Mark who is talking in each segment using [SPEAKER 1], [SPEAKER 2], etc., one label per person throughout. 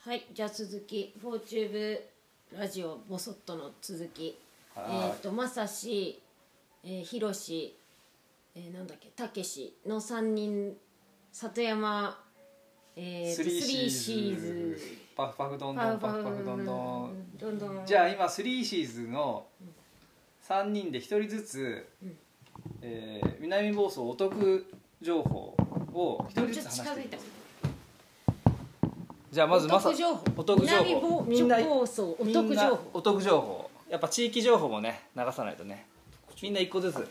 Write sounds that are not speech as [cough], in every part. [SPEAKER 1] はいじゃあ続き「フォーチューブラジオボソッと」の続きえ
[SPEAKER 2] は
[SPEAKER 1] ー
[SPEAKER 2] い
[SPEAKER 1] っとまさし、えー、ひろし、えー、なんだっけたけしの3人里山えーっと
[SPEAKER 2] スリーシーズ
[SPEAKER 1] シーズ
[SPEAKER 2] パフパフどんどんパフパフどんどん
[SPEAKER 1] どんどん
[SPEAKER 2] じゃあ今スリーシーズの3人で1人ずつ、
[SPEAKER 1] うん
[SPEAKER 2] えー南房総お得情報を1人
[SPEAKER 1] ち
[SPEAKER 2] ず
[SPEAKER 1] ょっ
[SPEAKER 2] つ
[SPEAKER 1] と近
[SPEAKER 2] 話して
[SPEAKER 1] づ
[SPEAKER 2] い
[SPEAKER 1] い
[SPEAKER 2] き
[SPEAKER 1] た
[SPEAKER 2] ますじゃあまずまさ
[SPEAKER 1] お得情報
[SPEAKER 2] お得情報みんな
[SPEAKER 1] 南房総お得
[SPEAKER 2] みん
[SPEAKER 1] 情
[SPEAKER 2] な
[SPEAKER 1] 報
[SPEAKER 2] お得情報やっぱ地域情報もね流さないとねみんな1個ずつ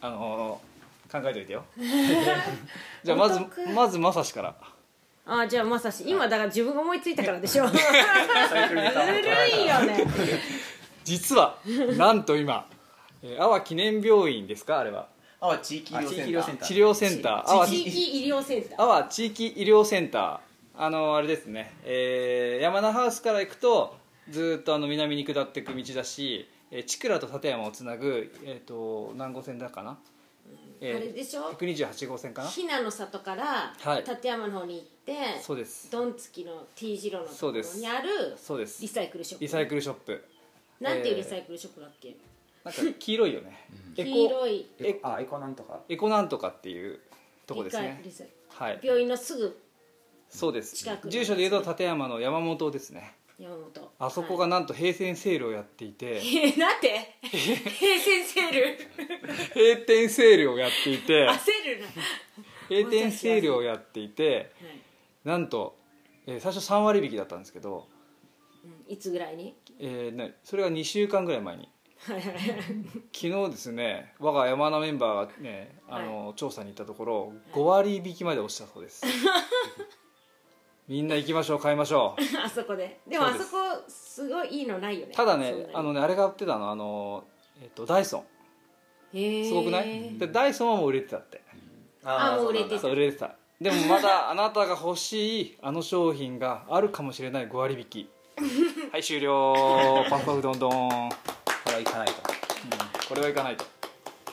[SPEAKER 2] あのー考え
[SPEAKER 1] [laughs]
[SPEAKER 2] といてよじゃあまず
[SPEAKER 1] お得
[SPEAKER 2] まずまさしから
[SPEAKER 1] あーじゃあまさし今だから自分が思いついたから
[SPEAKER 2] [laughs]
[SPEAKER 1] でしょずるいよね
[SPEAKER 2] 実は [laughs] なんと今えー阿波記念病院ですかあれは
[SPEAKER 3] あは地域医療センター
[SPEAKER 2] 治療センター阿波
[SPEAKER 1] 地域医療センター
[SPEAKER 2] 阿波地域医療センターあのあれですね、えー、山田ハウスから行くとずーっとあの南に下っていく道だし、えー、千倉と立山をつなぐ、えー、と南郷線だかな、え
[SPEAKER 1] あれでしょ
[SPEAKER 2] 128号線かな
[SPEAKER 1] ひなの里から
[SPEAKER 2] はい
[SPEAKER 1] 立山の方に行って、
[SPEAKER 2] そうです
[SPEAKER 1] ドンツキの T 字路のとこ
[SPEAKER 2] そう
[SPEAKER 1] ろ
[SPEAKER 2] です
[SPEAKER 1] にある
[SPEAKER 2] そうです
[SPEAKER 1] リサイクルショップ
[SPEAKER 2] リサイクルショップ
[SPEAKER 1] なんていう
[SPEAKER 2] えー
[SPEAKER 1] リサイクルショップだっけ、
[SPEAKER 2] なんか黄色いよね、エコ
[SPEAKER 1] 黄色い
[SPEAKER 2] エコ
[SPEAKER 3] あエコなんとか
[SPEAKER 2] エコなんとかっていうとこです
[SPEAKER 1] でかい
[SPEAKER 2] ね
[SPEAKER 1] リサイ
[SPEAKER 2] はい
[SPEAKER 1] 病院のすぐ
[SPEAKER 2] そうです
[SPEAKER 1] 近く
[SPEAKER 2] 住所でいうと立山の山本ですね
[SPEAKER 1] 山本
[SPEAKER 2] あそこが
[SPEAKER 1] は
[SPEAKER 2] なんと平成セールをやっていて
[SPEAKER 1] い [laughs] えなんて平成セー
[SPEAKER 2] [laughs]
[SPEAKER 1] ル
[SPEAKER 2] 閉店セールをやっていて
[SPEAKER 1] 焦るな、
[SPEAKER 2] 閉店セールをやっていて
[SPEAKER 1] はい
[SPEAKER 2] なんと、えー最初3割引きだったんですけど、
[SPEAKER 1] うん、いつぐらいに [laughs]
[SPEAKER 2] えーなそれが2週間ぐらい前に
[SPEAKER 1] はいはいはい
[SPEAKER 2] 昨日ですね我が山名メンバーがねあの、調査に行ったところ5割引きまで落ちたそ
[SPEAKER 1] [laughs]
[SPEAKER 2] うですみんな行きましょう買いましょう
[SPEAKER 1] あそこででもあ
[SPEAKER 2] そう
[SPEAKER 1] そ
[SPEAKER 2] です
[SPEAKER 1] こすごいいいのないよね
[SPEAKER 2] ただ
[SPEAKER 1] そんな
[SPEAKER 2] ね
[SPEAKER 1] に
[SPEAKER 2] あのねあれが売ってたのあの、えっとダイソ
[SPEAKER 1] へー
[SPEAKER 2] ンすごくない、でダイソンはもう売れてたって
[SPEAKER 1] あもう売れて
[SPEAKER 3] そうなんだ
[SPEAKER 2] そう売れてたでも
[SPEAKER 1] [laughs]
[SPEAKER 2] まだあなたが欲しいあの商品があるかもしれない5割引
[SPEAKER 1] [laughs]
[SPEAKER 2] きはい終了パフパフどんどん
[SPEAKER 3] これはいかないと、
[SPEAKER 2] これはいかないと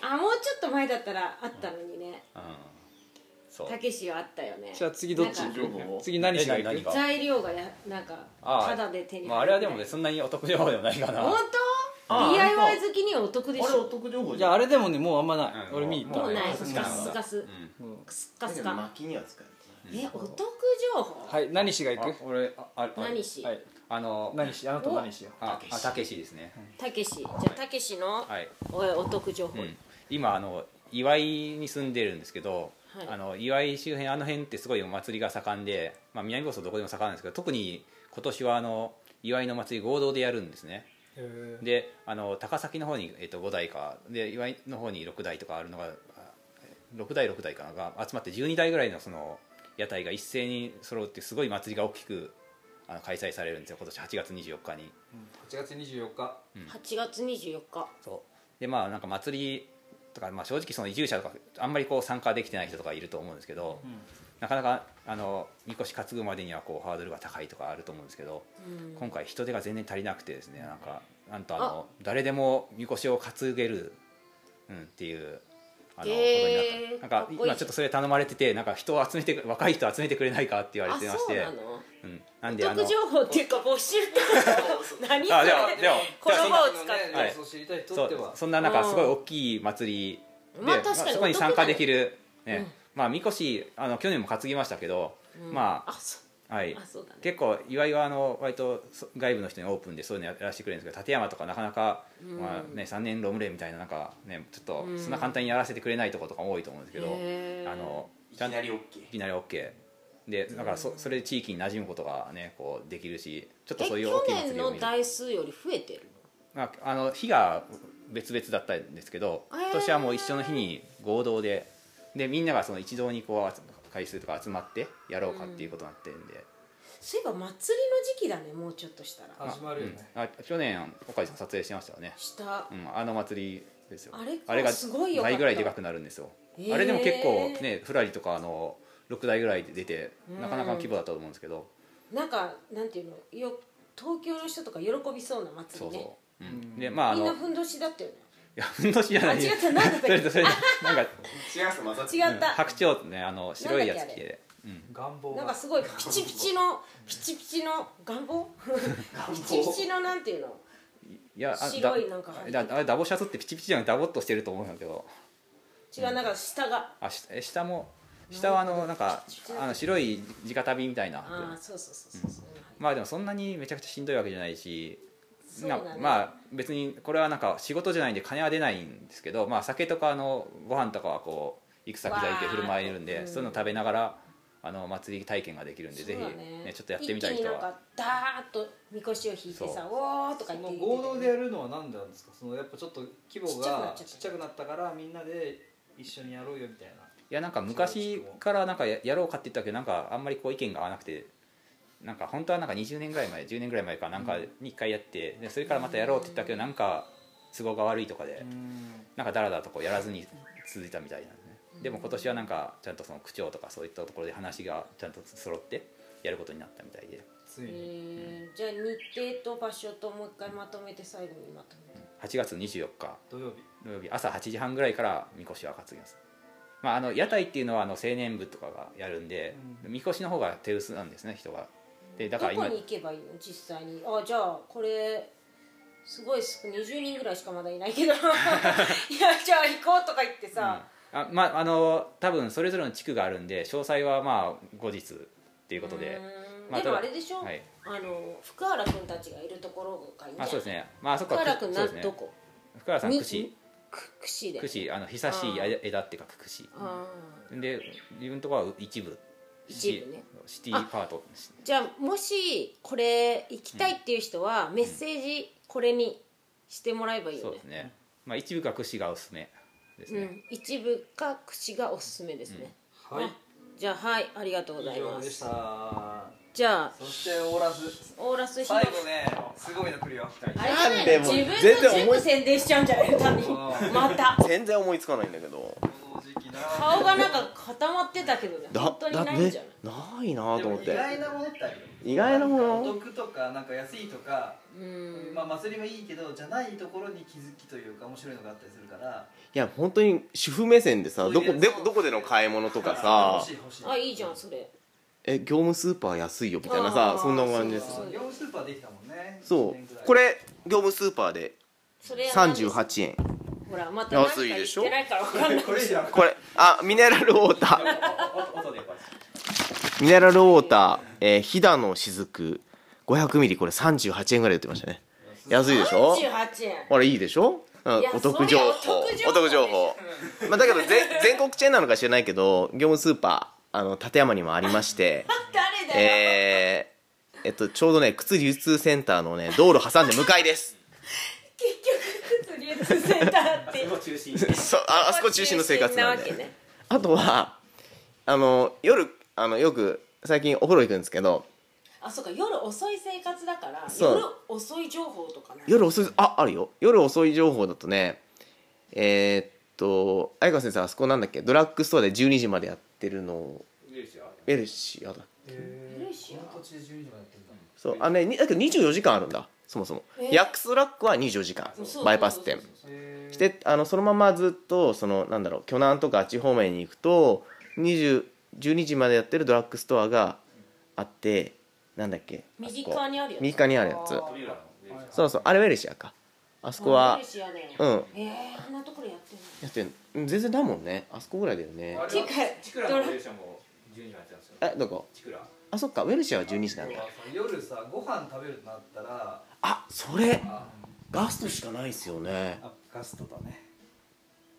[SPEAKER 1] あもうちょっと前だったらあったのにね
[SPEAKER 3] うん、そう
[SPEAKER 1] たけしはあったよね
[SPEAKER 2] じゃあ次どっち
[SPEAKER 1] なんか
[SPEAKER 3] 情報を
[SPEAKER 2] 次何しが
[SPEAKER 3] え
[SPEAKER 2] い
[SPEAKER 3] 何
[SPEAKER 2] く
[SPEAKER 3] が
[SPEAKER 1] 材料がやなんか
[SPEAKER 3] ああ
[SPEAKER 1] ただで手に
[SPEAKER 3] まあ、あ
[SPEAKER 1] 入
[SPEAKER 3] れ
[SPEAKER 1] る
[SPEAKER 3] はでもねそんなにお得情報でもないかな
[SPEAKER 1] 本
[SPEAKER 3] あ
[SPEAKER 1] 当
[SPEAKER 3] あ
[SPEAKER 1] DIY 好きにはお得でしょ
[SPEAKER 3] 得情報
[SPEAKER 2] じゃああれでもねもうあんまない、
[SPEAKER 3] うん
[SPEAKER 2] 俺見に行った
[SPEAKER 1] もうない
[SPEAKER 3] あ
[SPEAKER 1] ガスガス
[SPEAKER 2] うん
[SPEAKER 1] スカス
[SPEAKER 4] でも
[SPEAKER 1] カ
[SPEAKER 4] 薪には使える
[SPEAKER 1] えお得情報
[SPEAKER 2] はい何しがいく
[SPEAKER 3] あ俺ああ
[SPEAKER 1] 何し
[SPEAKER 2] はい
[SPEAKER 3] あの
[SPEAKER 2] 何しあなた何しよ
[SPEAKER 3] ああたけしですね、
[SPEAKER 1] たけしじゃあたけしの
[SPEAKER 3] はい、
[SPEAKER 1] おいお得情報
[SPEAKER 3] うん今あの岩井に住んでるんですけど、
[SPEAKER 1] はい
[SPEAKER 3] あの岩井周辺あの辺ってすごいお祭りが盛んで、まあ、南房総どこでも盛んなんですけど特に今年はあの岩井の祭り合同でやるんですね
[SPEAKER 2] へー
[SPEAKER 3] であの高崎の方に、えっと5台かで岩井の方に6台とかあるのが6台6台かなが集まって12台ぐらいのその屋台が一斉に揃うってすごい祭りが大きくあの開催されるんですよ今年8月24日に
[SPEAKER 2] 8月24日
[SPEAKER 1] 8月24日
[SPEAKER 3] そうでまあなんか祭りとか、まあ、正直その移住者とかあんまりこう参加できてない人とかいると思うんですけど、なかなかあのみこし担ぐまでにはこうハードルが高いとかあると思うんですけど、
[SPEAKER 1] うん
[SPEAKER 3] 今回人手が全然足りなくてですねなんかなんとあの誰でもみこしを担げる、うん、っていう。あの
[SPEAKER 1] へー
[SPEAKER 3] ことになったな
[SPEAKER 1] か
[SPEAKER 3] んか
[SPEAKER 1] っこいい
[SPEAKER 3] 今ちょっとそれ頼まれててなんか人を集めて若い人集めてくれないかって言われ
[SPEAKER 1] あ
[SPEAKER 3] てまし
[SPEAKER 1] そう
[SPEAKER 3] て
[SPEAKER 1] なの
[SPEAKER 3] うん、なん
[SPEAKER 1] お
[SPEAKER 3] であの
[SPEAKER 1] 得情報っていうか募集っ
[SPEAKER 3] [laughs]
[SPEAKER 1] てこと何そ
[SPEAKER 3] あ
[SPEAKER 1] れ
[SPEAKER 3] でもでも
[SPEAKER 1] この場を使って
[SPEAKER 3] はい
[SPEAKER 2] そう知りたい人
[SPEAKER 3] そ
[SPEAKER 2] って
[SPEAKER 3] う
[SPEAKER 2] は
[SPEAKER 3] そんな中すごい大きい祭りで、
[SPEAKER 1] まあ確かに
[SPEAKER 3] そこに参加できる、ね
[SPEAKER 1] うん
[SPEAKER 3] まあみこしあの去年も担ぎましたけど、
[SPEAKER 1] うん
[SPEAKER 3] ま
[SPEAKER 1] あそ
[SPEAKER 3] あはい
[SPEAKER 1] あそうだね
[SPEAKER 3] 結構岩井はあの割とそ外部の人にオープンでそういうのやらせてくれるんですけど立山とかなかなか、
[SPEAKER 1] うん
[SPEAKER 3] まあね、3年ロムレみたいななんか、ね、ちょっと
[SPEAKER 1] うん
[SPEAKER 3] そんな簡単にやらせてくれないとことかも多いと思うんですけど、
[SPEAKER 1] へー
[SPEAKER 3] あの
[SPEAKER 4] いきなり OK
[SPEAKER 3] いきなり OK でだからそそれで地域に馴染むことが、ね、こうできるしちょっと
[SPEAKER 1] え
[SPEAKER 3] そういう
[SPEAKER 1] 去
[SPEAKER 3] 大きい祭
[SPEAKER 1] 年
[SPEAKER 3] りを
[SPEAKER 1] の
[SPEAKER 3] 見る
[SPEAKER 1] 台数より増えてる
[SPEAKER 3] まあ、あの日が別々だったんですけど
[SPEAKER 1] えー
[SPEAKER 3] 今年はもう一緒の日に合同ででみんながその一堂にこう集回数とか集まってやろうかっていうことになってるんで、
[SPEAKER 1] そういえば祭りの時期だねもうちょっとしたら
[SPEAKER 2] 始まるよね、
[SPEAKER 3] うんあ去年岡井さん撮影してましたよね、
[SPEAKER 1] した
[SPEAKER 3] うん、あの祭りですよ
[SPEAKER 1] あれか
[SPEAKER 3] が
[SPEAKER 1] すごいよかった
[SPEAKER 3] 倍ぐらいでかくなるんですよ、
[SPEAKER 1] へー
[SPEAKER 3] あれでも結構ねふらりとかあの6台ぐらいで出て
[SPEAKER 1] うん
[SPEAKER 3] なかなか規模だったと思うんですけど、
[SPEAKER 1] なんかなんていうのよ東京の人とか喜びそうな祭
[SPEAKER 3] そ
[SPEAKER 1] り
[SPEAKER 3] う
[SPEAKER 1] ね
[SPEAKER 3] そう、う
[SPEAKER 2] うん
[SPEAKER 3] ん、でまああ
[SPEAKER 1] みんな
[SPEAKER 3] のい
[SPEAKER 1] ふんどしだったよね
[SPEAKER 3] やふんどしじゃ
[SPEAKER 1] あ
[SPEAKER 3] ない
[SPEAKER 1] 違
[SPEAKER 3] [laughs]
[SPEAKER 1] った何だったっ [laughs]
[SPEAKER 3] それとそれとなんか
[SPEAKER 4] 違う人混ざって
[SPEAKER 1] け違
[SPEAKER 3] うん
[SPEAKER 1] った
[SPEAKER 3] 白鳥ってねあの白いやつ着
[SPEAKER 1] なんだっけ
[SPEAKER 3] てうん
[SPEAKER 2] 願望
[SPEAKER 1] なんかすごいピチピチのピチピチの願望ピチピチのなんていうの
[SPEAKER 3] いやあ
[SPEAKER 1] 白いなんか入って
[SPEAKER 3] だだあれダボシャツってピチピチじゃなくてダボっとしてると思うんだけど
[SPEAKER 1] 違うなんか下が
[SPEAKER 3] あし下も下はあのなんかあの白い直旅みたい
[SPEAKER 1] あ
[SPEAKER 3] な
[SPEAKER 1] あそうそうそうそうそう
[SPEAKER 3] まあでもそんなにめちゃくちゃしんどいわけじゃないし
[SPEAKER 1] そう
[SPEAKER 3] な
[SPEAKER 1] だね
[SPEAKER 3] まあ別にこれはなんか仕事じゃないんで金は出ないんですけど、まあ、酒とかあのご飯とかはこう行く先々で振る舞えるん
[SPEAKER 1] わー
[SPEAKER 3] で
[SPEAKER 1] うん
[SPEAKER 3] そういうの食べながらあの祭り体験ができるんで
[SPEAKER 1] そ
[SPEAKER 3] ぜ
[SPEAKER 1] う
[SPEAKER 3] ひ
[SPEAKER 1] だ、
[SPEAKER 3] ね、ちょっとやってみたい人
[SPEAKER 1] 一気になん
[SPEAKER 3] は
[SPEAKER 1] かダーッとみこしを引いて
[SPEAKER 3] そう
[SPEAKER 1] さおーとか
[SPEAKER 2] そ
[SPEAKER 1] 言っ
[SPEAKER 2] の
[SPEAKER 1] て
[SPEAKER 2] 合同でやるのは何なんですかそのやっぱちょっと規模が
[SPEAKER 1] ちっちゃくなっちゃった
[SPEAKER 2] ちっちゃくなったからみんなで一緒にやろうよみたいない
[SPEAKER 3] やなんか昔からなんかややろうかって言ったけどなんかあんまりこう意見が合わなくてなんか本当はなんか20年ぐらい前10年ぐらい前かなんかに1回やってでそれからまたやろうって言ったけどなんか都合が悪いとかでなんかだらだらとこうやらずに続いたみたいなんでねでも今年はなんかちゃんとその区長とかそういったところで話がちゃんと揃ってやることになったみたいで
[SPEAKER 2] ついに
[SPEAKER 1] えーじゃあ日程と場所ともう一回まとめて最後にまとめて
[SPEAKER 3] 8月24日
[SPEAKER 2] 土曜日
[SPEAKER 3] 土曜日朝8時半ぐらいからみこしは担ぎます、まあ、あの屋台っていうのはあの青年部とかがやるんで、みこしの方が手薄なんですね人がでだ
[SPEAKER 1] ど
[SPEAKER 3] から
[SPEAKER 1] こ
[SPEAKER 3] 今
[SPEAKER 1] に行けばいいの実際にあじゃあこれすごい少20人ぐらいしかまだいない
[SPEAKER 3] [laughs]
[SPEAKER 1] けどいやじゃあ行こうとか言ってさ、
[SPEAKER 3] あまああの多分それぞれの地区があるんで詳細はまあ後日っていうことで
[SPEAKER 1] うーん
[SPEAKER 3] まあ
[SPEAKER 1] で
[SPEAKER 3] た
[SPEAKER 1] も
[SPEAKER 3] だ
[SPEAKER 1] あれでしょ、
[SPEAKER 3] はい
[SPEAKER 1] あの福原君たちがいるところがいいんじゃ
[SPEAKER 3] あ
[SPEAKER 1] ん
[SPEAKER 3] そうですねまああそこ
[SPEAKER 1] 福原
[SPEAKER 3] は
[SPEAKER 1] 君な
[SPEAKER 3] そ
[SPEAKER 1] ん
[SPEAKER 3] うですね
[SPEAKER 1] どこ
[SPEAKER 3] 福原さん
[SPEAKER 1] に
[SPEAKER 3] 串
[SPEAKER 1] く串で
[SPEAKER 3] 串あの久しい
[SPEAKER 1] あー
[SPEAKER 3] 枝って書く串
[SPEAKER 1] あー
[SPEAKER 3] で自分のところは一部
[SPEAKER 1] 一部ね
[SPEAKER 3] シティパート
[SPEAKER 1] じゃあもしこれ行きたいっていう人はメッセージこれにしてもらえばいいよ
[SPEAKER 3] そう
[SPEAKER 1] ね
[SPEAKER 3] ですね、まあ、一部が串がおすすめです
[SPEAKER 1] う
[SPEAKER 3] ね、
[SPEAKER 1] ん、一部か串がおすすめですね、
[SPEAKER 2] はい
[SPEAKER 1] じゃあはいありがとうござ
[SPEAKER 2] 以
[SPEAKER 1] い
[SPEAKER 2] 上
[SPEAKER 1] ま
[SPEAKER 2] ですした
[SPEAKER 1] じゃあ
[SPEAKER 2] そしてオーラス
[SPEAKER 1] オーラスヒロ
[SPEAKER 2] 最後ねすごいの来るよ
[SPEAKER 1] あれだ
[SPEAKER 4] な
[SPEAKER 1] ね
[SPEAKER 4] んでもう
[SPEAKER 1] 自分
[SPEAKER 4] 全
[SPEAKER 1] の
[SPEAKER 4] 然
[SPEAKER 1] 全
[SPEAKER 4] 思い
[SPEAKER 1] 部宣伝しちゃうんじゃない単に
[SPEAKER 2] うん
[SPEAKER 1] また
[SPEAKER 4] 全然思いつかないんだけど
[SPEAKER 2] この時期な
[SPEAKER 1] 顔がなんか固まってたけどね
[SPEAKER 4] だ
[SPEAKER 1] 本当に
[SPEAKER 4] だ
[SPEAKER 1] ないんじゃない
[SPEAKER 4] ないなと思って
[SPEAKER 2] でも意外なものってあるよ
[SPEAKER 4] 意外なもの
[SPEAKER 2] んかお得とかなんか安いとか
[SPEAKER 1] うん
[SPEAKER 2] まあ祭りもいいけどじゃないところに気づきというか面白いのがあったりするから
[SPEAKER 4] いや本当に主婦目線でさどこ
[SPEAKER 2] そういう
[SPEAKER 4] で
[SPEAKER 2] やつ
[SPEAKER 4] どこでの買い物とか
[SPEAKER 2] 欲
[SPEAKER 4] さ
[SPEAKER 2] しい欲しい
[SPEAKER 1] あいいじゃんそれ
[SPEAKER 4] え業務スーパー安いよみたいなさ
[SPEAKER 1] あー
[SPEAKER 4] そんな感じで
[SPEAKER 1] そ
[SPEAKER 4] す
[SPEAKER 1] う
[SPEAKER 2] 業務スーパーできたもんね
[SPEAKER 4] そうこれ業務スーパーで
[SPEAKER 1] それは何です
[SPEAKER 4] 38円
[SPEAKER 1] ほらまた何か
[SPEAKER 4] 安い
[SPEAKER 1] 言
[SPEAKER 4] で
[SPEAKER 1] っ
[SPEAKER 4] しょ
[SPEAKER 1] てないから分かんない
[SPEAKER 2] これじゃん
[SPEAKER 4] これあミネラルウォーター
[SPEAKER 2] 音でやっぱり
[SPEAKER 4] ミネラルウォーター、えー、飛騨の雫500ミリこれ38円ぐらい売ってましたね安いでしょ
[SPEAKER 1] 38円
[SPEAKER 4] あれいいでしょうん
[SPEAKER 1] いや
[SPEAKER 4] お得情
[SPEAKER 1] そりゃ
[SPEAKER 4] 報
[SPEAKER 1] お得情報
[SPEAKER 4] お得情報まあだけどぜ全国チェーンなのか知らないけど業務スーパーあの立山にもありまして
[SPEAKER 1] 誰だよ、
[SPEAKER 4] [laughs] えー、えっとちょうどね靴流通センターのね道路挟んで向かいです
[SPEAKER 1] 結局靴流通センターって
[SPEAKER 3] 中心
[SPEAKER 4] そああそこ中心の生活なん
[SPEAKER 1] 中
[SPEAKER 4] で
[SPEAKER 1] 心わけね
[SPEAKER 4] あとはあの夜あのよく最近お風呂行くんですけど
[SPEAKER 1] あそうか夜遅い生活だから
[SPEAKER 4] そう
[SPEAKER 1] 夜遅い情報とかない
[SPEAKER 4] 夜遅いああるよ夜遅い情報だとねえーっと相川先生あそこなんだっけドラッグストアで12時までやってるのをウェルシアだ
[SPEAKER 1] よいしょ
[SPEAKER 2] この土地で12時までやってるんだ
[SPEAKER 4] そうあねにだけど24時間あるんだそもそも、
[SPEAKER 1] えー
[SPEAKER 4] ヤックストラックは24時間
[SPEAKER 1] そうそう
[SPEAKER 4] バイパス店
[SPEAKER 1] そうそう
[SPEAKER 4] してあのそのままずっとそのなんだろう鋸南とかあっち方面に行くと20 12時までやってるドラッグストアがあってなんだっけあそこ
[SPEAKER 1] 右側にあるやつ
[SPEAKER 4] 右側にあるやつ
[SPEAKER 2] あ
[SPEAKER 4] そうそうあれウェルシアかあそこは
[SPEAKER 1] ウェルシアね
[SPEAKER 4] うん
[SPEAKER 1] えー、あんなところやってる
[SPEAKER 4] やってんうん全然だもんねあそこぐらいだよね
[SPEAKER 1] ていうか
[SPEAKER 3] チクラのレーションも12番やってたんですよ
[SPEAKER 4] えどこ
[SPEAKER 3] チクラ
[SPEAKER 4] あそっかウェルシアは12時なんだ
[SPEAKER 2] 夜さご飯食べるとなったら
[SPEAKER 4] あそれ
[SPEAKER 2] あ
[SPEAKER 4] ガストしかないっすよね
[SPEAKER 2] あガストだね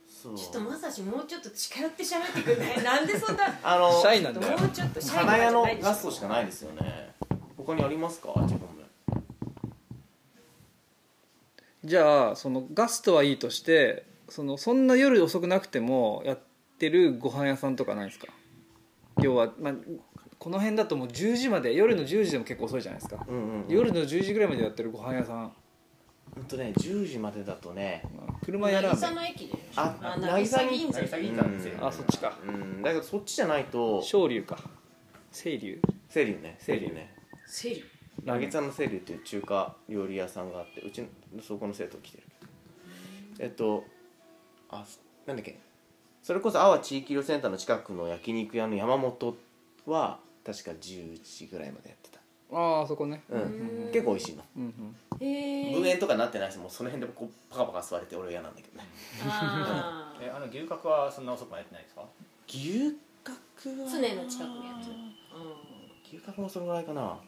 [SPEAKER 4] そう
[SPEAKER 1] ちょっとまさしもうちょっと近寄って喋ってくんないなんでそんな
[SPEAKER 4] あの
[SPEAKER 2] シャイなんだよ
[SPEAKER 1] もうちょっとシャイと
[SPEAKER 4] 花
[SPEAKER 1] かじ
[SPEAKER 4] 屋
[SPEAKER 1] ゃ
[SPEAKER 4] の
[SPEAKER 1] ないでしょ
[SPEAKER 4] ガストしかないですよね他にありますか自分も
[SPEAKER 2] じゃあそのガストはいいとしてそのそんな夜遅くなくてもやってるご飯屋さんとかないですか要は、まあ、この辺だともう10時まで夜の10時でも結構遅いじゃないですか、
[SPEAKER 4] うんうん、うん、
[SPEAKER 2] 夜の10時ぐらいまでやってるご飯屋さん
[SPEAKER 4] ほんとね10時までだとね
[SPEAKER 2] 車屋ラ
[SPEAKER 1] 渚
[SPEAKER 2] ーメン
[SPEAKER 1] の駅で
[SPEAKER 4] あ
[SPEAKER 1] あ
[SPEAKER 4] 渚に
[SPEAKER 1] 渚銀座
[SPEAKER 3] 渚銀座ですよ
[SPEAKER 4] うん
[SPEAKER 2] あそっちか
[SPEAKER 4] うんだけどそっちじゃないと
[SPEAKER 2] 昇龍か清龍
[SPEAKER 4] セリュね
[SPEAKER 2] セリュ
[SPEAKER 4] ね
[SPEAKER 1] セリ
[SPEAKER 2] ラーメン
[SPEAKER 4] 渚のセリュっていう中華料理屋さんがあってうちのそこの生徒来てるえっとあなんだっけそれこそ阿波地域医療センターの近くの焼肉屋の山本は確か10時ぐらいまでやってた、
[SPEAKER 2] ああそこね
[SPEAKER 4] うん、結構美味しいの
[SPEAKER 2] うんうん
[SPEAKER 1] へ
[SPEAKER 4] 分
[SPEAKER 1] え
[SPEAKER 4] 煙とかなってないしもうその辺でこうパカパカ吸われて俺は嫌なんだけどね
[SPEAKER 1] あー
[SPEAKER 5] えあの牛角はそんな遅くまでやってないですか
[SPEAKER 4] 牛角は
[SPEAKER 1] 常の近くのやつ
[SPEAKER 4] 牛角もそのぐらいかな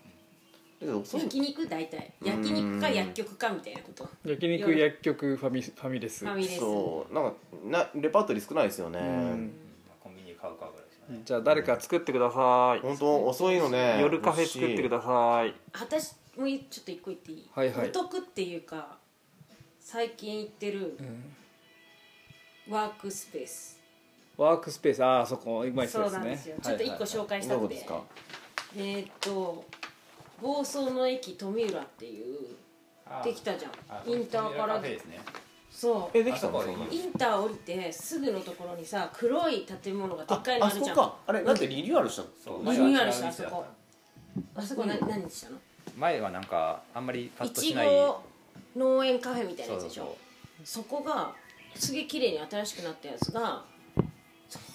[SPEAKER 4] だけど
[SPEAKER 1] う
[SPEAKER 4] 遅
[SPEAKER 1] ん
[SPEAKER 4] い
[SPEAKER 1] 焼肉大体焼肉か薬局かみたいなこと
[SPEAKER 2] 焼肉
[SPEAKER 1] 夜
[SPEAKER 2] 薬局ファミファミレス
[SPEAKER 1] ファミレス
[SPEAKER 4] そうなんかなレパートリー少ないですよね、
[SPEAKER 2] うん
[SPEAKER 5] コンビニで買うかぐらいですよね
[SPEAKER 2] じゃあ誰か作ってくださ
[SPEAKER 4] 本当遅いの
[SPEAKER 2] い
[SPEAKER 4] ね
[SPEAKER 2] 夜カフェ作ってください
[SPEAKER 1] 私もいちょっと一個言っていい、
[SPEAKER 2] はいはい
[SPEAKER 1] お得っていうか最近行ってる
[SPEAKER 2] ん
[SPEAKER 1] ワークスペース、
[SPEAKER 2] ワークスペースああそこうまい
[SPEAKER 1] そう
[SPEAKER 2] です
[SPEAKER 1] なん
[SPEAKER 2] ね
[SPEAKER 1] ですよ、ちょっと一個紹介
[SPEAKER 4] い
[SPEAKER 1] し
[SPEAKER 4] しい
[SPEAKER 1] た
[SPEAKER 4] ど
[SPEAKER 1] く
[SPEAKER 4] こ
[SPEAKER 1] て、
[SPEAKER 4] ですか
[SPEAKER 1] えーっと房総の駅富浦っていう
[SPEAKER 5] あ
[SPEAKER 1] できたじ
[SPEAKER 5] あ
[SPEAKER 1] ゃんインターから
[SPEAKER 5] カフェですね
[SPEAKER 1] そう
[SPEAKER 4] えできたの
[SPEAKER 5] あそ
[SPEAKER 4] そ
[SPEAKER 5] こ
[SPEAKER 4] んなの
[SPEAKER 1] インター降りてすぐのところにさ黒い建物がでっかいの
[SPEAKER 4] あ
[SPEAKER 1] あ
[SPEAKER 4] そ
[SPEAKER 1] るじ
[SPEAKER 4] こ
[SPEAKER 1] ゃんあ
[SPEAKER 4] かあれなんでリニューアルしたの
[SPEAKER 5] そう
[SPEAKER 1] リニューアルした
[SPEAKER 5] 前は違う店だった
[SPEAKER 1] あそこそこ何何したの
[SPEAKER 3] 前はなんかあんまりパッ
[SPEAKER 1] い
[SPEAKER 3] と
[SPEAKER 1] ち
[SPEAKER 3] しない
[SPEAKER 1] ご農園カフェみたいなやつ
[SPEAKER 3] そうそ
[SPEAKER 1] で
[SPEAKER 3] う
[SPEAKER 1] しょ
[SPEAKER 3] そ
[SPEAKER 1] そこがすげえ綺麗に新しくなったやつが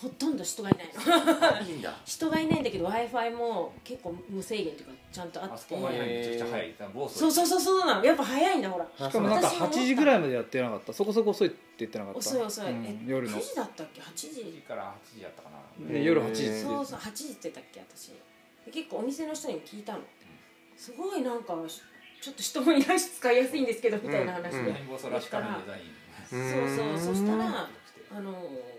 [SPEAKER 1] ほとんど人がいないの [laughs]
[SPEAKER 4] いいんだ
[SPEAKER 1] 人がいないんだけど w i f i も結構無制限というかちゃんとあ
[SPEAKER 5] あ
[SPEAKER 1] っ
[SPEAKER 5] そ
[SPEAKER 1] て
[SPEAKER 5] こがめちゃくちゃ早い暴走
[SPEAKER 1] そうそうそうそうなのやっぱ早いんだほら
[SPEAKER 2] しかもなんか
[SPEAKER 1] 私も思った
[SPEAKER 2] 8時ぐらいまでやってなかったそこそこ遅いって言ってなかった
[SPEAKER 1] 遅い遅い、
[SPEAKER 2] うん
[SPEAKER 1] え
[SPEAKER 2] 夜の
[SPEAKER 1] 9時だったっけ8時
[SPEAKER 5] 時から8時やったかな
[SPEAKER 2] ね夜8時って
[SPEAKER 4] へ
[SPEAKER 1] そうそう8時って言ったっけ私で結構お店の人にも聞いたのすごいなんかしちょっと人もいないし使いやすいんですけどみたいな話で、
[SPEAKER 4] うんうん
[SPEAKER 5] 暴走らしからぬデザイン
[SPEAKER 1] そうそうそしたら
[SPEAKER 5] して
[SPEAKER 1] あのー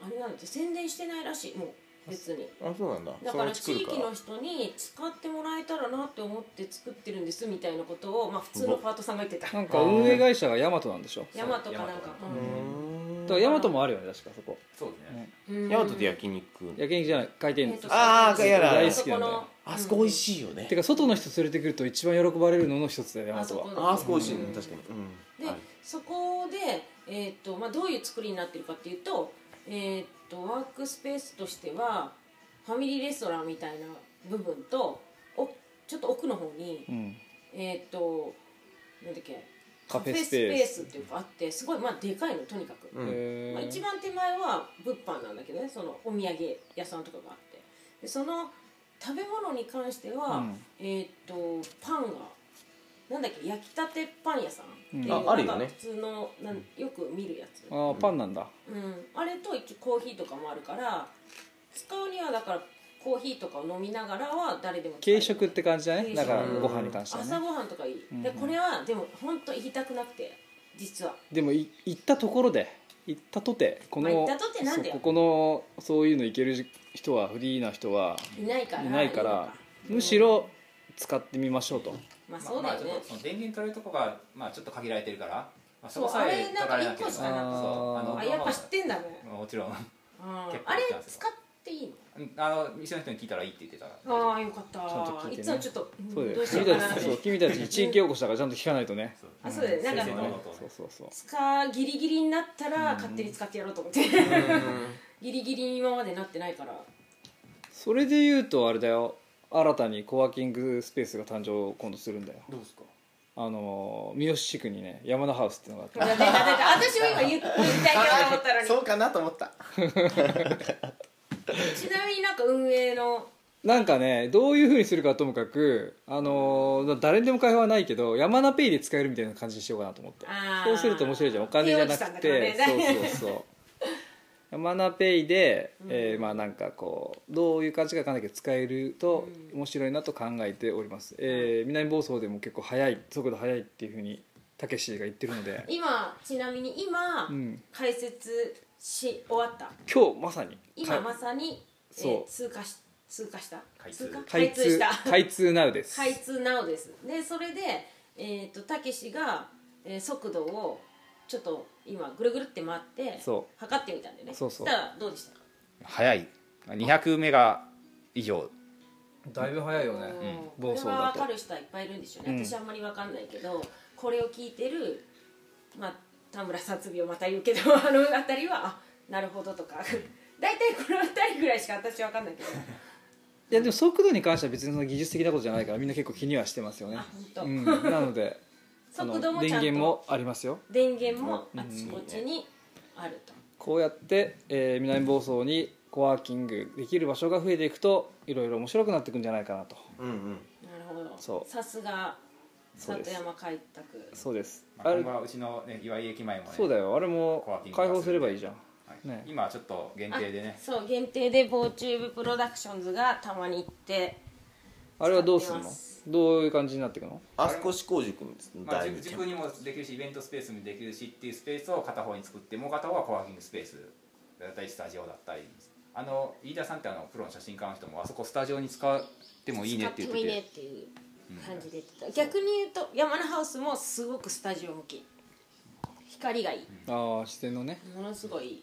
[SPEAKER 1] あれなんです宣伝してないらしいもう別に
[SPEAKER 4] あそうなんだ
[SPEAKER 1] だから
[SPEAKER 4] そ
[SPEAKER 1] 地
[SPEAKER 4] のうち来る
[SPEAKER 1] 域の人に使ってもらえたらなって思って作ってるんですみたいなことを、まあ、普通のパートさんが言ってた
[SPEAKER 2] なんか運営会社がヤマトなんでしょ
[SPEAKER 1] ヤマトかなんか
[SPEAKER 5] ヤマトか
[SPEAKER 4] う
[SPEAKER 2] だ
[SPEAKER 4] ん
[SPEAKER 2] からヤマトもあるよね確かそこ
[SPEAKER 5] そうですね
[SPEAKER 1] うん
[SPEAKER 4] ヤマトで焼肉
[SPEAKER 2] 焼肉じゃない回転
[SPEAKER 1] えっ
[SPEAKER 2] 寿
[SPEAKER 1] と
[SPEAKER 2] 司
[SPEAKER 4] あー
[SPEAKER 1] そう
[SPEAKER 4] やだ
[SPEAKER 2] 大好きなんだよ
[SPEAKER 4] あそこ美味
[SPEAKER 1] い
[SPEAKER 4] しいよね
[SPEAKER 2] てか外の人連れてくると一番喜ばれるのの一つだよヤマ
[SPEAKER 1] あそ
[SPEAKER 2] ト
[SPEAKER 1] こ
[SPEAKER 2] は
[SPEAKER 1] の
[SPEAKER 4] ああそこ美味しいね確かに
[SPEAKER 1] で、
[SPEAKER 4] はい
[SPEAKER 1] そこで、えーとまあ、どういう作りになってるかっていうと,、えー、とワークスペースとしてはファミリーレストランみたいな部分とおちょっと奥の方に、
[SPEAKER 2] うん
[SPEAKER 1] えっ、となんだっけ
[SPEAKER 2] カフェス
[SPEAKER 1] カフェ
[SPEAKER 2] ペース
[SPEAKER 1] スペースっていうかあってすごいまあでかいのとにかく、
[SPEAKER 4] うん
[SPEAKER 2] へ
[SPEAKER 1] まあ、
[SPEAKER 2] ー
[SPEAKER 1] 一番手前は物販なんだけどねそのお土産屋さんとかがあってでその食べ物に関しては、
[SPEAKER 2] うん
[SPEAKER 1] えー、とパンがなんだっけ焼きたてパン屋さんっていう
[SPEAKER 2] うんあ
[SPEAKER 1] なんか
[SPEAKER 4] あるよね
[SPEAKER 1] 普通のなんよく見るやつ、
[SPEAKER 2] ああパンなんだ
[SPEAKER 1] うん、あれと一応コーヒーとかもあるから使うにはだからコーヒーとかを飲みながらは誰でも使える
[SPEAKER 2] 軽食って感じだね
[SPEAKER 1] 軽食
[SPEAKER 2] だからご飯に関しては
[SPEAKER 1] 朝
[SPEAKER 2] ね
[SPEAKER 1] ごはんとかいい、
[SPEAKER 2] ん
[SPEAKER 1] でこれはでも本当行きたくなくて実は
[SPEAKER 2] でもい行ったところで行ったとてこの
[SPEAKER 1] まあ行ったとてなんだよ
[SPEAKER 2] そうここのそういうの行ける人はフリーな人はい
[SPEAKER 1] ないから
[SPEAKER 2] いないか
[SPEAKER 1] の
[SPEAKER 2] らむしろ使ってみましょうと
[SPEAKER 1] ま
[SPEAKER 5] ま
[SPEAKER 1] あそうだよね、
[SPEAKER 5] まあちょっとその電源取れるとこが、まあ、ちょっと限られてるから、まあ、そ
[SPEAKER 1] そう
[SPEAKER 5] こさ
[SPEAKER 1] あ
[SPEAKER 5] え
[SPEAKER 1] れなん
[SPEAKER 5] 取
[SPEAKER 1] から
[SPEAKER 5] れな
[SPEAKER 1] 1
[SPEAKER 5] けれ
[SPEAKER 1] 個
[SPEAKER 5] ば
[SPEAKER 1] し
[SPEAKER 5] そ
[SPEAKER 1] かなくて
[SPEAKER 5] うあの
[SPEAKER 1] あやっぱ知ってんだね、
[SPEAKER 5] まあもちろん [laughs]
[SPEAKER 1] うん、あ
[SPEAKER 5] 結構
[SPEAKER 1] れ
[SPEAKER 5] 行ってますよ
[SPEAKER 1] 使っていいの
[SPEAKER 5] あの店の人に聞いたらいいって言ってたから
[SPEAKER 1] ああよかった
[SPEAKER 2] ゃんと聞いてね
[SPEAKER 1] いつもちょっと、うん
[SPEAKER 2] そうだ
[SPEAKER 1] ど
[SPEAKER 2] よ
[SPEAKER 1] うしよ
[SPEAKER 2] 君
[SPEAKER 1] うかなっ
[SPEAKER 2] たち
[SPEAKER 1] て
[SPEAKER 2] そう君たち地域おこしだからちゃんと聞かないとね
[SPEAKER 5] そう
[SPEAKER 1] あそうだよねなん
[SPEAKER 5] 先生
[SPEAKER 1] か
[SPEAKER 5] の
[SPEAKER 2] そうそうそう
[SPEAKER 1] 使うギリギリになったら勝手に使ってやろうと思って、ギリギリに今までなってないから
[SPEAKER 2] それで言うとあれだよ新たにコワーキングスペースが誕生を今度するんだよ
[SPEAKER 4] どうですか
[SPEAKER 2] あのー三好地区にね山田ハウスっていうのがあっ
[SPEAKER 1] だってだって私も今言っ言いたいなと思ったのに
[SPEAKER 4] そうかなと思った
[SPEAKER 1] ちなみになんか運営の
[SPEAKER 2] てなんかねどういうふうにするかはともかくあのー誰にでも会話はないけど山田ペイで使えるみたいな感じにしようかなと思って
[SPEAKER 1] あー
[SPEAKER 2] そうすると面白いじゃんお金じゃなくて、
[SPEAKER 1] 手を打ちたんだから
[SPEAKER 2] そう
[SPEAKER 1] ね
[SPEAKER 2] そ
[SPEAKER 1] [laughs]
[SPEAKER 2] うそう山田ペイで、えーまあなんかこうどういう感じかわかんないけど使えると面白いなと考えております、えー南房総でも結構速い速度速いっていうふうにたけしが言ってるので
[SPEAKER 1] 今ちなみに今、
[SPEAKER 2] うん
[SPEAKER 1] 解説し終わった
[SPEAKER 2] 今日まさに
[SPEAKER 1] 今
[SPEAKER 2] か
[SPEAKER 1] まさに、えー
[SPEAKER 2] そう
[SPEAKER 1] 通過し通過した
[SPEAKER 5] 開通
[SPEAKER 1] 通過
[SPEAKER 2] 開
[SPEAKER 1] 開通
[SPEAKER 2] 通
[SPEAKER 1] した
[SPEAKER 2] 開通ナウです
[SPEAKER 1] 開通なおですでそれでえっ、とたけしが、えー速度をちょっと今ぐるぐるって回って
[SPEAKER 2] そ
[SPEAKER 1] 測ってみたんでね
[SPEAKER 2] そうそう
[SPEAKER 1] したらどうでしたか
[SPEAKER 3] 早い200メガ以上
[SPEAKER 2] だいぶ早いよ
[SPEAKER 1] こ
[SPEAKER 2] 暴
[SPEAKER 1] れ
[SPEAKER 2] 走
[SPEAKER 1] は
[SPEAKER 2] だ
[SPEAKER 1] 分
[SPEAKER 2] と
[SPEAKER 1] かる人はいっぱいいるんでしょうね、
[SPEAKER 2] うん
[SPEAKER 1] 私あんまり分かんないけどこれを聞いてる、まあ、田村殺病また言うけど [laughs] あの辺りはあなるほどとか [laughs] 大体この辺りぐらいしか私は分かんないけど
[SPEAKER 2] いやでも速度に関しては別にその技術的なことじゃないからみんな結構気にはしてますよね
[SPEAKER 1] あ本当
[SPEAKER 2] うん、な
[SPEAKER 1] [laughs]
[SPEAKER 2] ので [laughs] あ
[SPEAKER 1] 速
[SPEAKER 2] の
[SPEAKER 1] 度もちゃん
[SPEAKER 2] 電
[SPEAKER 1] と
[SPEAKER 2] 源もありますよ
[SPEAKER 1] 電源もあちこちにあると、
[SPEAKER 2] こうやって、えー南房総にコワーキングできる場所が増えていくといろいろ面白くなっていくんじゃないかなと
[SPEAKER 4] うんうん
[SPEAKER 1] なるほど
[SPEAKER 2] そう
[SPEAKER 1] さすが
[SPEAKER 2] そうで
[SPEAKER 1] 里
[SPEAKER 2] す
[SPEAKER 1] 山開拓
[SPEAKER 2] そうです
[SPEAKER 5] まあ
[SPEAKER 2] あれ
[SPEAKER 5] 今後はうちの、ね、岩井駅前もね
[SPEAKER 2] そうだよあれ
[SPEAKER 5] コ
[SPEAKER 2] も
[SPEAKER 5] ワーキング
[SPEAKER 2] 開放すればいいじゃん
[SPEAKER 5] はい
[SPEAKER 2] ね
[SPEAKER 5] 今はちょっと限定でね
[SPEAKER 1] あそう限定でボーチューブプロダクションズがたまに行って
[SPEAKER 2] あれはどうす
[SPEAKER 1] 使っ
[SPEAKER 2] る
[SPEAKER 1] て
[SPEAKER 2] の
[SPEAKER 1] ます
[SPEAKER 2] どういう感じになっていくの
[SPEAKER 4] あそこ志向塾の
[SPEAKER 5] まあ、
[SPEAKER 4] 第
[SPEAKER 5] 塾
[SPEAKER 4] 二キャ
[SPEAKER 5] 塾
[SPEAKER 4] ン
[SPEAKER 5] にもできるしイベントスペースにもできるしっていうスペースを片方に作ってもう片方はコワーキングスペースだったりスタジオだったりあの飯田さんってあのプロの写真家の人もあそこスタジオに使ってもいいねって言って
[SPEAKER 1] 使ってもいいね
[SPEAKER 5] て
[SPEAKER 1] っていう感じで言ってた、逆に言うと山のハウスもすごくスタジオ向き光がいい、
[SPEAKER 2] ああ視線のね
[SPEAKER 1] ものすごい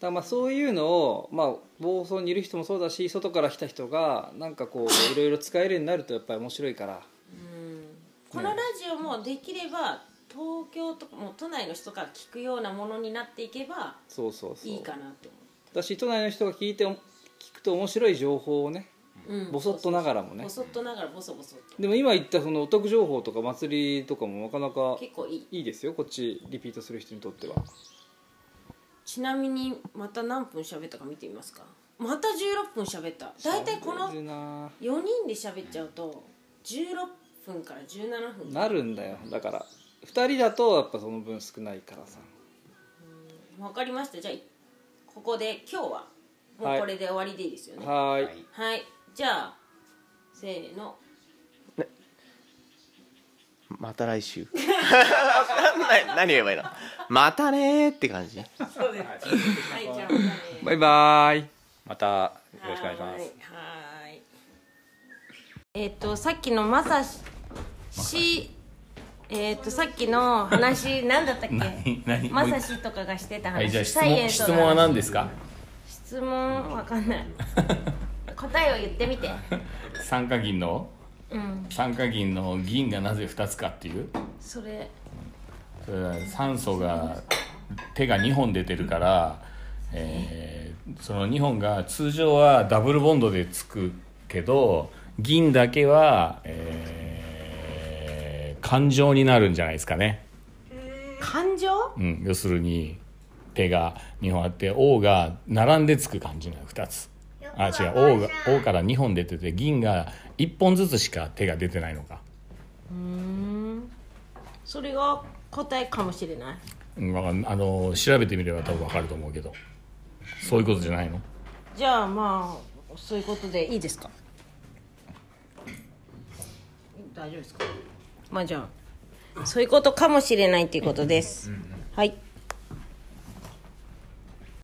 [SPEAKER 2] だからまあそういうのを、まあ、房総にいる人もそうだし外から来た人がなんかこういろいろ使えるようになるとやっぱり面白いから
[SPEAKER 1] うんこのラジオもできれば東京とかもう都内の人から聞くようなものになっていけば
[SPEAKER 2] そうそうそう
[SPEAKER 1] いいかなと
[SPEAKER 2] だし都内の人が聞いてお聞くと面白い情報をね
[SPEAKER 1] 思う、うん、
[SPEAKER 2] ボソッとながらもね
[SPEAKER 1] ボソッとながらボソボソっと
[SPEAKER 2] でも今言ったそのお得情報とか祭りとかもなかなか
[SPEAKER 1] 結構いい
[SPEAKER 2] いいですよこっちリピートする人にとっては
[SPEAKER 1] ちなみにまた何分喋ったか見てみますかまた16分喋った大体この
[SPEAKER 2] そうな
[SPEAKER 1] 4人で喋っちゃうと16分から17分
[SPEAKER 2] なるんだよだから2人だとやっぱその分少ないからさ
[SPEAKER 1] わかりましたじゃあここで今日はも
[SPEAKER 2] は
[SPEAKER 1] う
[SPEAKER 2] い
[SPEAKER 1] これで終わりでいいですよねはい、
[SPEAKER 2] はーい
[SPEAKER 5] はい
[SPEAKER 1] じゃあせーの
[SPEAKER 4] また来 [laughs] 週わかんない何言えばいいのまたねーって感じ
[SPEAKER 1] そうです
[SPEAKER 5] はい
[SPEAKER 1] はいじゃあまたね
[SPEAKER 2] バイバーイ
[SPEAKER 3] またよろしくお願いし
[SPEAKER 1] は
[SPEAKER 3] ます
[SPEAKER 1] いはいえっ、とさっきのまさしえっ、とさっきの話
[SPEAKER 6] [laughs]
[SPEAKER 1] 何だったっけ
[SPEAKER 6] 何
[SPEAKER 1] ま
[SPEAKER 6] 何
[SPEAKER 1] さしとかがしてた話、
[SPEAKER 6] はい、じゃあ質
[SPEAKER 1] サイエ
[SPEAKER 6] 問
[SPEAKER 1] ンス
[SPEAKER 6] 質
[SPEAKER 1] の話
[SPEAKER 6] 問は何ですか
[SPEAKER 1] 質問わかんない答えを言ってみて
[SPEAKER 6] 酸化銀の
[SPEAKER 1] うん
[SPEAKER 6] 酸化銀の銀がなぜ2つかっていう
[SPEAKER 1] それ
[SPEAKER 6] それは酸素が手が2本出てるから、えーその2本が通常はダブルボンドでつくけど銀だけは、えー感情になるんじゃないですかね。
[SPEAKER 1] 感情
[SPEAKER 6] うん、要するに手が2本あって「王が並んでつく感じの2つあ違う「王が「王から2本出てて銀が1本ずつしか手が出てないのか、
[SPEAKER 1] それが答えかもしれない
[SPEAKER 6] うん、わかんあの調べてみれば多分わかると思うけどそういうことじゃないの
[SPEAKER 1] じゃあまあそういうことでいいですか大丈夫ですかまあじゃあそういうことかもしれないっていうことです、はい